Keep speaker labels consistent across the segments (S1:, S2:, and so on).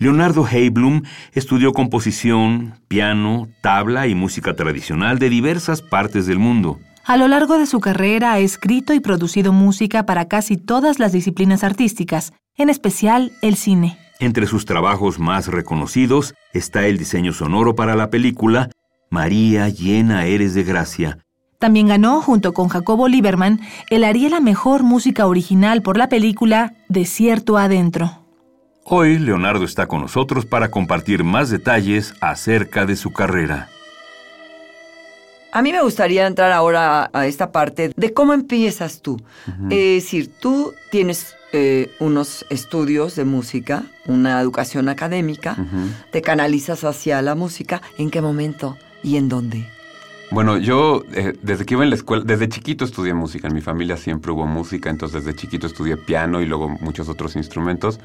S1: Leonardo Heiblum estudió composición, piano, tabla y música tradicional de diversas partes del mundo.
S2: A lo largo de su carrera ha escrito y producido música para casi todas las disciplinas artísticas, en especial el cine.
S1: Entre sus trabajos más reconocidos está el diseño sonoro para la película María llena eres de gracia.
S2: También ganó, junto con Jacobo Lieberman, el Ariel a Mejor Música Original por la película Desierto Adentro.
S1: Hoy Leonardo está con nosotros para compartir más detalles acerca de su carrera.
S3: A mí me gustaría entrar ahora a esta parte de cómo empiezas tú. Uh -huh. eh, es decir, tú tienes eh, unos estudios de música, una educación académica, uh -huh. te canalizas hacia la música. ¿En qué momento y en dónde?
S4: Bueno, yo eh, desde que iba en la escuela, desde chiquito estudié música. En mi familia siempre hubo música, entonces desde chiquito estudié piano y luego muchos otros instrumentos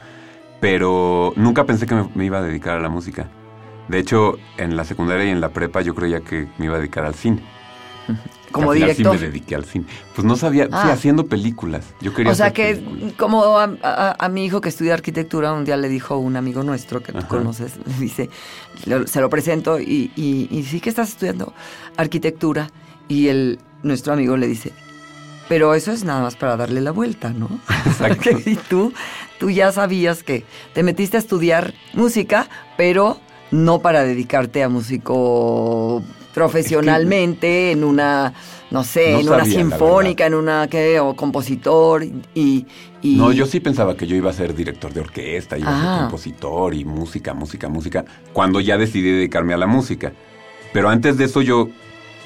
S4: pero nunca pensé que me, me, iba a dedicar a la música. De hecho, en la secundaria y en la prepa yo creía que me iba a dedicar al cine.
S3: Como
S4: al
S3: director.
S4: Sí me dediqué al cine. Pues no sabía, ah. sí, haciendo películas. Yo quería
S3: O sea
S4: hacer
S3: que
S4: películas.
S3: como a, a, a, mi hijo que estudia arquitectura, un día le dijo un amigo nuestro que tú Ajá. conoces, le dice, lo, se lo presento y, y, y sí que estás estudiando arquitectura. Y el, nuestro amigo le dice, pero eso es nada más para darle la vuelta, ¿no?
S4: Exacto.
S3: y tú, tú ya sabías que te metiste a estudiar música, pero no para dedicarte a músico profesionalmente, es que en una, no sé, no en sabía, una sinfónica, en una, ¿qué? O compositor y, y,
S4: No, yo sí pensaba que yo iba a ser director de orquesta, iba ah. a ser compositor y música, música, música, cuando ya decidí dedicarme a la música. Pero antes de eso yo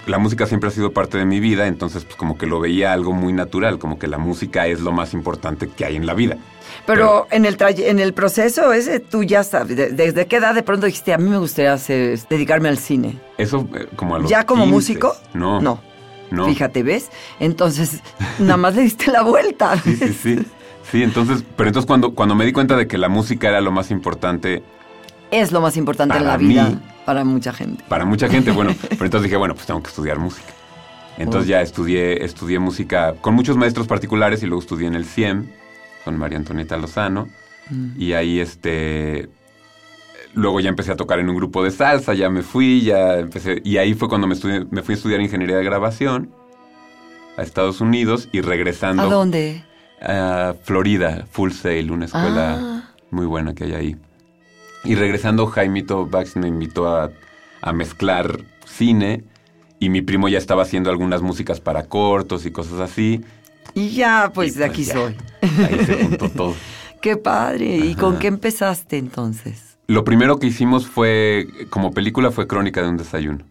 S4: la música siempre ha sido parte de mi vida, entonces pues como que lo veía algo muy natural, como que la música es lo más importante que hay en la vida.
S3: Pero, Pero en el en el proceso ese tú ya sabes, de desde qué edad de pronto dijiste, a mí me gustaría hacer, dedicarme al cine.
S4: Eso eh, como a los
S3: ¿Ya como
S4: 15?
S3: músico?
S4: No.
S3: No.
S4: No.
S3: Fíjate, ¿ves? Entonces, nada más le diste la vuelta.
S4: sí, sí, sí. Sí, entonces, pero entonces cuando, cuando me di cuenta de que la música era lo más importante.
S3: Es lo más importante en la vida. Mí, para mucha gente.
S4: Para mucha gente, bueno. pero entonces dije, bueno, pues tengo que estudiar música. Entonces
S3: Oh.
S4: Uy. ya estudié, estudié música con muchos maestros particulares y luego estudié en el CIEM con María Antonieta Lozano. Mm. Y ahí este. Luego ya empecé a tocar en un grupo de salsa, ya me fui, ya empecé. Y ahí fue cuando me, estudié, me fui a estudiar ingeniería de grabación a Estados Unidos y regresando.
S3: ¿A dónde?
S4: A Eh, Florida, Full Sail, una escuela ah. muy buena que hay ahí. Y regresando, Jaimito Bax me invitó a, a, mezclar cine y mi primo ya estaba haciendo algunas músicas para cortos y cosas así.
S3: Y ya, pues, y de pues aquí
S4: ya.
S3: soy.
S4: Ahí se juntó todo.
S3: Qué padre. ¿Y Ajá. con qué empezaste entonces?
S4: Lo primero que hicimos fue, como película, fue Crónica de un desayuno.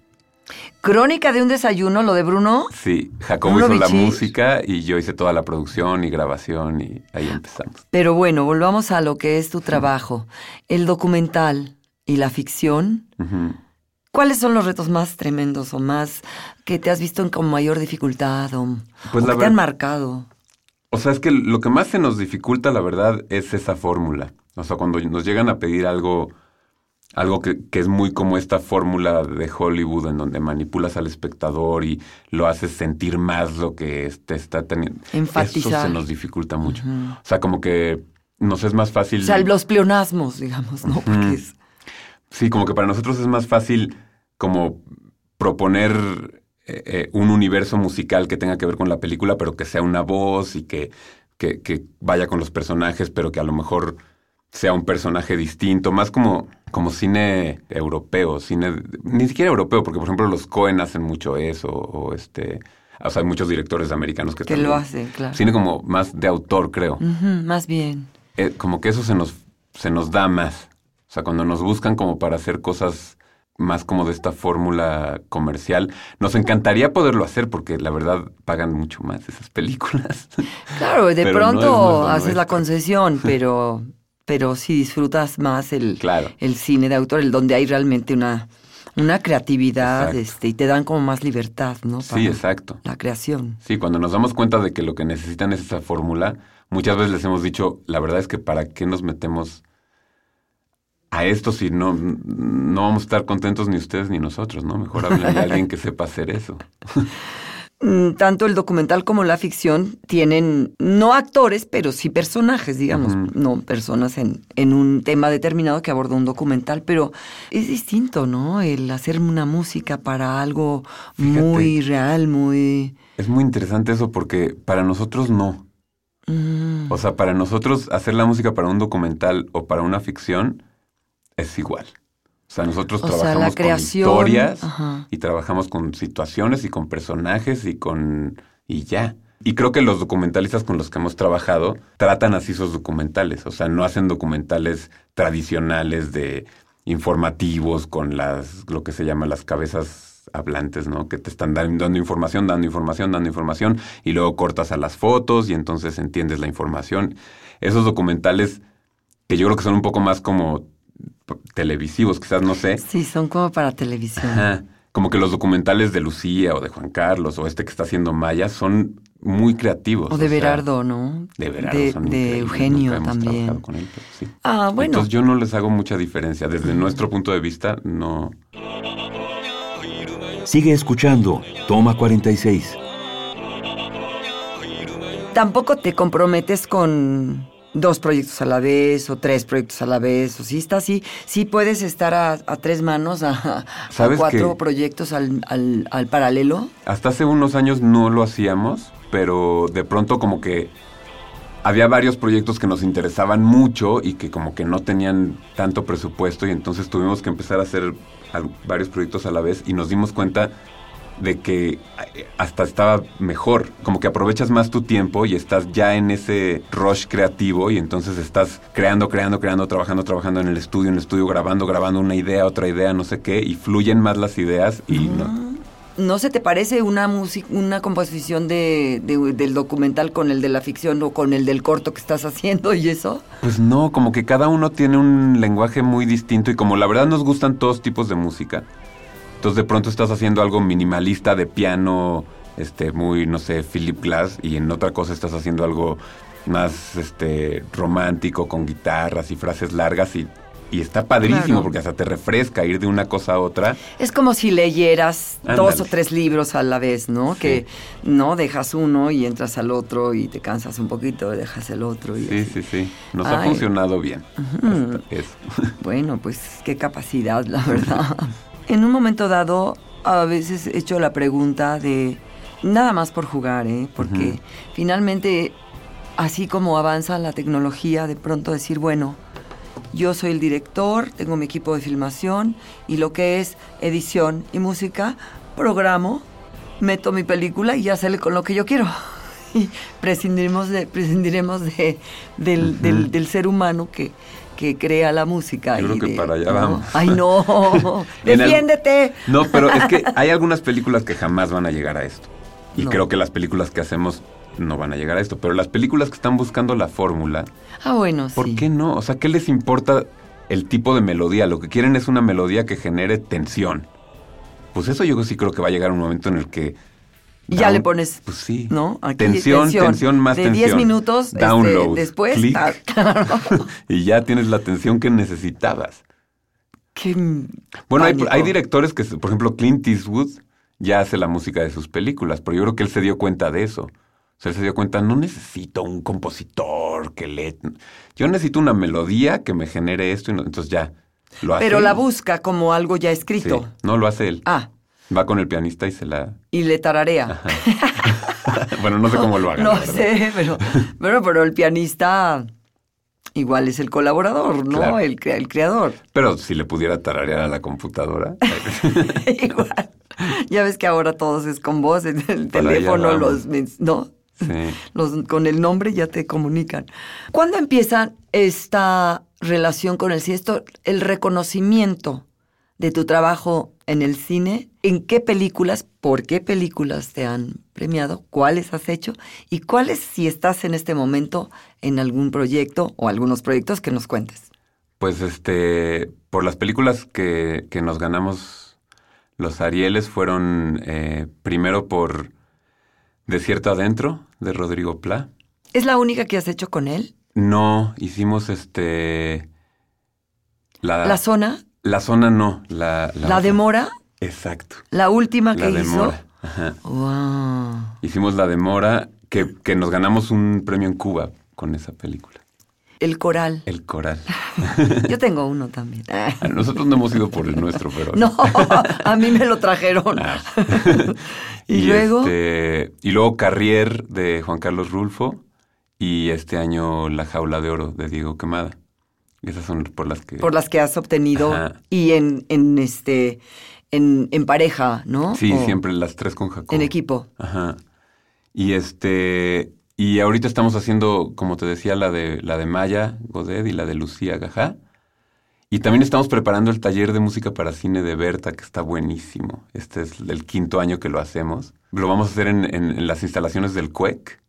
S3: Crónica de un desayuno, lo de Bruno.
S4: Sí, Jacobo
S3: Bruno
S4: hizo la
S3: Bichir.
S4: música y yo hice toda la producción y grabación y ahí empezamos.
S3: Pero bueno, volvamos a lo que es tu trabajo, el documental y la ficción. Uh -huh. ¿Cuáles son los retos más tremendos o más que te has visto con mayor dificultad o,
S4: pues
S3: o
S4: la
S3: que te han marcado?
S4: O sea, es que lo que más se nos dificulta, la verdad, es esa fórmula. O sea, cuando nos llegan a pedir algo algo que, que, es muy como esta fórmula de Hollywood en donde manipulas al espectador y lo haces sentir más lo que te está teniendo.
S3: Enfatizar.
S4: Eso se nos dificulta mucho. Uh -huh. O sea, como que nos es más fácil.
S3: O sea, los pleonasmos, digamos, ¿no? Uh -huh. Porque es...
S4: Sí, como que para nosotros es más fácil como proponer eh, eh, un universo musical que tenga que ver con la película, pero que sea una voz y que, que, que vaya con los personajes, pero que a lo mejor sea un personaje distinto, más como, como cine europeo, cine ni siquiera europeo, porque por ejemplo los Cohen hacen mucho eso, o este O sea, hay muchos directores americanos que,
S3: Que
S4: también-
S3: lo hacen, claro.
S4: Cine como más de autor, creo.
S3: Ujú, más bien.
S4: Eh, como que eso se nos, se nos da más. O sea, cuando nos buscan como para hacer cosas más como de esta fórmula comercial, nos encantaría poderlo hacer porque la verdad pagan mucho más esas películas.
S3: Claro, de
S4: Pero no
S3: pronto
S4: es más lo
S3: haces la
S4: nuestro.
S3: concesión, pero, pero sí disfrutas más el,
S4: Claro.
S3: el cine de autor, el donde hay realmente una, una creatividad
S4: Exacto.
S3: este, y te dan como más libertad, ¿no? Para
S4: Sí, exacto.
S3: La creación.
S4: Sí, cuando nos damos cuenta de que lo que necesitan es esa fórmula, muchas veces les hemos dicho, la verdad es que para qué nos metemos a esto si no, no vamos a estar contentos ni ustedes ni nosotros, ¿no? Mejor háblenle a alguien que sepa hacer eso.
S3: Mm, Tanto el documental como la ficción tienen, no actores, pero sí personajes, digamos,
S4: Ujú.
S3: no personas en, en un tema determinado que aborda un documental, pero es distinto, ¿no? El hacer una música para algo
S4: Fíjate.
S3: muy real, muy...
S4: Es muy interesante eso porque para nosotros no.
S3: mm,
S4: O sea, para nosotros hacer la música para un documental o para una ficción es igual. O sea, nosotros
S3: O sea,
S4: trabajamos
S3: la creación,
S4: con historias
S3: ajá.
S4: y trabajamos con situaciones y con personajes y con y ya. Y creo que los documentalistas con los que hemos trabajado tratan así sus documentales, o sea, no hacen documentales tradicionales de informativos con las lo que se llama las cabezas hablantes, ¿no? Que te están dan- dando información, dando información, dando información y luego cortas a las fotos y entonces entiendes la información. Esos documentales que yo creo que son un poco más como p- televisivos, quizás no sé.
S3: Sí, son como para televisión.
S4: Ajá. Como que los documentales de Lucía o de Juan Carlos o este que está haciendo Maya son muy creativos.
S3: O de
S4: sea,
S3: Berardo, ¿no?
S4: de Berardo.
S3: De,
S4: son
S3: de
S4: increíbles.
S3: Eugenio
S4: Nunca hemos
S3: también.
S4: trabajado con él, pero sí.
S3: Ah, bueno.
S4: Entonces yo no les hago mucha diferencia. Desde nuestro punto de vista, no.
S1: Sigue escuchando. Toma 46.
S3: Tampoco te comprometes con dos proyectos a la vez o tres proyectos a la vez. O sí, está así. Sí puedes estar a, a tres manos, a, a
S4: ¿Sabes
S3: cuatro
S4: qué?
S3: proyectos al, al- al paralelo.
S4: Hasta hace unos años no lo hacíamos, pero de pronto como que había varios proyectos que nos interesaban mucho y que como que no tenían tanto presupuesto y entonces tuvimos que empezar a hacer al- varios proyectos a la vez y nos dimos cuenta de que eh, hasta estaba mejor, como que aprovechas más tu tiempo y estás ya en ese rush creativo y entonces estás creando, creando, creando, trabajando, trabajando en el estudio, en el estudio, grabando, grabando una idea, otra idea, no sé qué, y fluyen más las ideas y no,
S3: ¿No se te parece una música, una composición de- de- del documental con el de la ficción o con el del corto que estás haciendo y eso?
S4: Pues no, como que cada uno tiene un lenguaje muy distinto y como la verdad nos gustan todos tipos de música, entonces de pronto estás haciendo algo minimalista de piano, este, muy, no sé, Philip Glass, y en otra cosa estás haciendo algo más este, romántico, con guitarras y frases largas, y, y está padrísimo
S3: Claro.
S4: porque hasta te refresca ir de una cosa a otra.
S3: Es como si leyeras dos
S4: Ándale.
S3: o tres libros a la vez, ¿no? Que no dejas uno y entras al otro y te cansas un poquito, dejas el otro y
S4: Sí,
S3: así.
S4: sí, sí. Nos ha
S3: Ay.
S4: funcionado bien.
S3: Ujú.
S4: Hasta eso.
S3: Bueno, pues qué capacidad, la verdad. en un momento dado, a veces he hecho la pregunta de nada más por jugar, ¿eh? Porque
S4: Ujú.
S3: finalmente, así como avanza la tecnología, de pronto decir, bueno, yo soy el director, tengo mi equipo de filmación y lo que es edición y música, programo, meto mi película y ya sale con lo que yo quiero. Y prescindiremos de, prescindiremos de, del, del- del ser humano que, que crea la música.
S4: Yo
S3: y
S4: creo que
S3: de-
S4: para allá
S3: ¿no?
S4: vamos.
S3: Ay, no.
S4: En al-
S3: Defiéndete.
S4: No, pero es que hay algunas películas que jamás van a llegar a esto. Y
S3: No.
S4: creo que las películas que hacemos no van a llegar a esto. Pero las películas que están buscando la fórmula,
S3: Ah, bueno,
S4: ¿por
S3: sí.
S4: qué no? O sea, ¿qué les importa el tipo de melodía? Lo que quieren es una melodía que genere tensión. Pues eso yo sí creo que va a llegar un momento en el que...
S3: Y ya
S4: down-
S3: le pones,
S4: Pues sí.
S3: ¿no? Aquí,
S4: tensión, tensión, más
S3: de
S4: tensión.
S3: 10 minutos este,
S4: Download.
S3: después.
S4: clic,
S3: ah, claro.
S4: y ya tienes la tensión que necesitabas.
S3: Qué
S4: Bueno, hay,
S3: pánico.
S4: hay directores que, por ejemplo, Clint Eastwood ya hace la música de sus películas, pero yo creo que él se dio cuenta de eso. O sea, él se dio cuenta, no necesito un compositor que le... Yo necesito una melodía que me genere esto, y no- entonces ya, lo hace
S3: Pero
S4: él.
S3: la busca como algo ya
S4: Sí,
S3: escrito.
S4: no, lo hace él.
S3: Ah,
S4: Va con el pianista y se la...
S3: y le tararea.
S4: bueno, no sé cómo lo haga. la
S3: No
S4: verdad.
S3: sé, pero, pero, pero el pianista igual es el colaborador, ¿no?
S4: Claro.
S3: El, cre- el creador.
S4: Pero si le pudiera tararear a la computadora.
S3: igual. ya ves que ahora todos es con voz, en el
S4: Para allá
S3: teléfono,
S4: vamos.
S3: los... mens- No,
S4: Sí.
S3: los, con el nombre ya te comunican. ¿Cuándo empieza esta relación con el cine? Esto, el reconocimiento de tu trabajo en el cine, en qué películas, por qué películas te han premiado, cuáles has hecho y cuáles si estás en este momento en algún proyecto o algunos proyectos que nos cuentes.
S4: Pues este, por las películas que, que nos ganamos, los Arieles fueron eh, primero por Desierto Adentro de Rodrigo Pla.
S3: ¿Es la única que has hecho con él?
S4: No, hicimos este. La,
S3: ¿La zona?
S4: la zona no. La,
S3: ¿La, demora?
S4: Exacto.
S3: ¿La última
S4: La
S3: que
S4: de
S3: hizo?
S4: Mora. Ajá.
S3: ¡Wow!
S4: Hicimos la demora que, que nos ganamos un premio en Cuba con esa película.
S3: El coral.
S4: El coral.
S3: Yo tengo uno también.
S4: A Nosotros no hemos ido por el nuestro, pero.
S3: No, a mí me lo trajeron.
S4: Ah.
S3: y, luego,
S4: este, y luego Carrier de Juan Carlos Rulfo y este año La Jaula de Oro de Diego Quemada. Esas son por las que...
S3: por las que has obtenido
S4: Ajá.
S3: y en, en este en, en pareja, ¿no?
S4: sí,
S3: O
S4: siempre las tres con Jacobo.
S3: En equipo.
S4: Ajá. Y este... Y ahorita estamos haciendo, como te decía, la de, la de Maya Godet y la de Lucía Gajá. Y también estamos preparando el taller de música para cine de Berta, que está buenísimo. Este es el quinto año que lo hacemos. Lo vamos a hacer en, en- en las instalaciones del CUEC.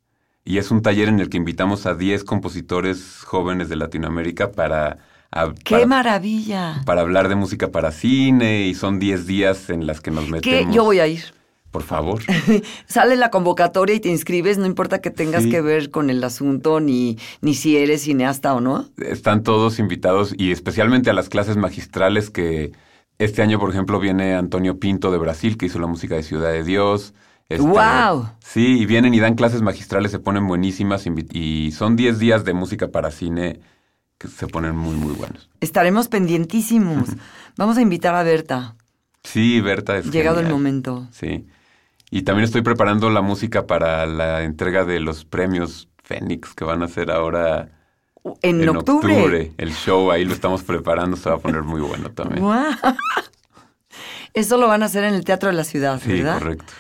S4: Y es un taller en el que invitamos a 10 compositores jóvenes de Latinoamérica para, a-
S3: ¡Qué
S4: para,
S3: maravilla!
S4: para hablar de música para cine. Y son 10 días en las que nos
S3: Que
S4: metemos.
S3: yo voy a ir.
S4: Por favor.
S3: Sale la convocatoria y te inscribes, no importa que tengas
S4: Sí.
S3: que ver con el asunto, ni, ni si eres cineasta o no.
S4: Están todos invitados y especialmente a las clases magistrales que este año, por ejemplo, viene Antonio Pinto de Brasil, que hizo la música de Ciudad de Dios. Este,
S3: ¡Guau!
S4: Sí, y vienen y dan clases magistrales, se ponen buenísimas invi- y son 10 días de música para cine que se ponen muy, muy buenos.
S3: Estaremos pendientísimos. Vamos a invitar a Berta,
S4: Sí, Berta, es
S3: llegado el
S4: genial.
S3: momento.
S4: Sí. Y también estoy preparando la música para la entrega de los premios Fénix que van a hacer ahora
S3: En, octubre.
S4: El show ahí lo estamos preparando, se va a poner muy bueno también.
S3: ¡Guau! Eso lo van a hacer en el Teatro de la Ciudad,
S4: Sí,
S3: ¿verdad?
S4: correcto.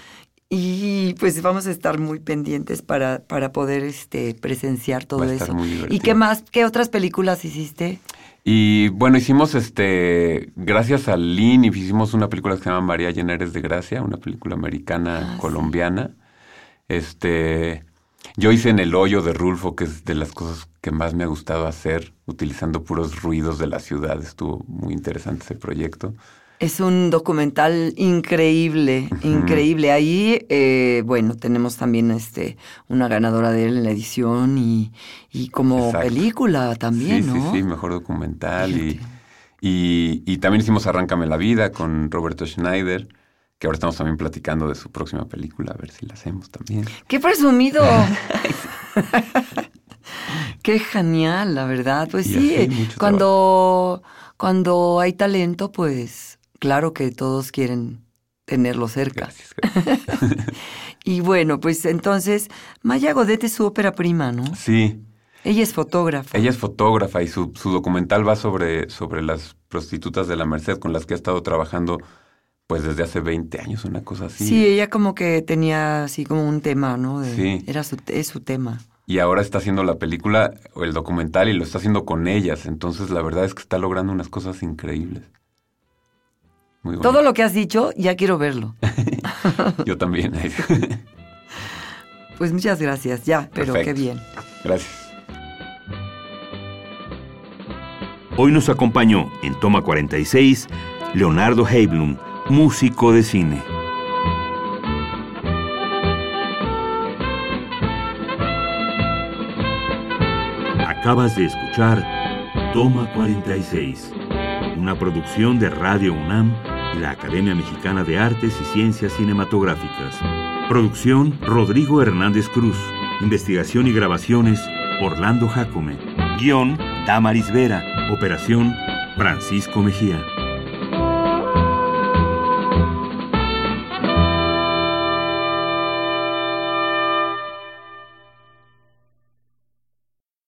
S3: Y pues vamos a estar muy pendientes para, para poder este, presenciar todo
S4: Va a
S3: eso.
S4: estar muy divertido.
S3: ¿Y qué más? ¿Qué otras películas hiciste?
S4: Y bueno, hicimos este, gracias a Lynn, y hicimos una película que se llama María Llena Eres de Gracia, una película
S3: Ah,
S4: americana colombiana. Este, yo hice En el hoyo de Rulfo, que es de las cosas que más me ha gustado hacer, utilizando puros ruidos de la ciudad. Estuvo muy interesante ese proyecto.
S3: Es un documental increíble, increíble. Ahí, eh, bueno, tenemos también este, una ganadora de él en la edición y, y como
S4: Exacto.
S3: película también,
S4: sí,
S3: ¿no?
S4: sí, sí, mejor documental. Y,
S3: Fíjate.
S4: y, y también hicimos Arráncame la vida con Roberto Schneider, que ahora estamos también platicando de su próxima película, a ver si la hacemos también.
S3: ¡Qué presumido! ¡Qué genial, la verdad! Pues
S4: Y así,
S3: sí,
S4: mucho
S3: cuando, cuando hay talento, pues claro que todos quieren tenerlo cerca.
S4: Gracias. gracias.
S3: Y bueno, pues entonces, Maya Godet es su ópera prima, ¿no?
S4: Sí,
S3: Ella es fotógrafa.
S4: ella es fotógrafa y su, su documental va sobre, sobre las prostitutas de la Merced con las que ha estado trabajando pues desde hace 20 años, una cosa así.
S3: sí. ella como que tenía así como un tema, ¿no? De-
S4: Sí.
S3: Era su, es su tema.
S4: Y ahora está haciendo la película, o el documental, y lo está haciendo con ellas. Entonces la verdad es que está logrando unas cosas increíbles. Muy bueno.
S3: Todo lo que has dicho, ya quiero verlo.
S4: Yo también.
S3: Pues muchas gracias, ya, pero qué
S4: Perfecto.
S3: bien.
S4: Gracias.
S1: Hoy nos acompañó en Toma 46 Leonardo Heiblum, músico de cine. Acabas de escuchar Toma 46, una producción de Radio UNAM y la Academia Mexicana de Artes y Ciencias Cinematográficas. Producción Rodrigo Hernández Cruz. Investigación y grabaciones Orlando Jacome. Guión Damaris Vera. Operación Francisco Mejía.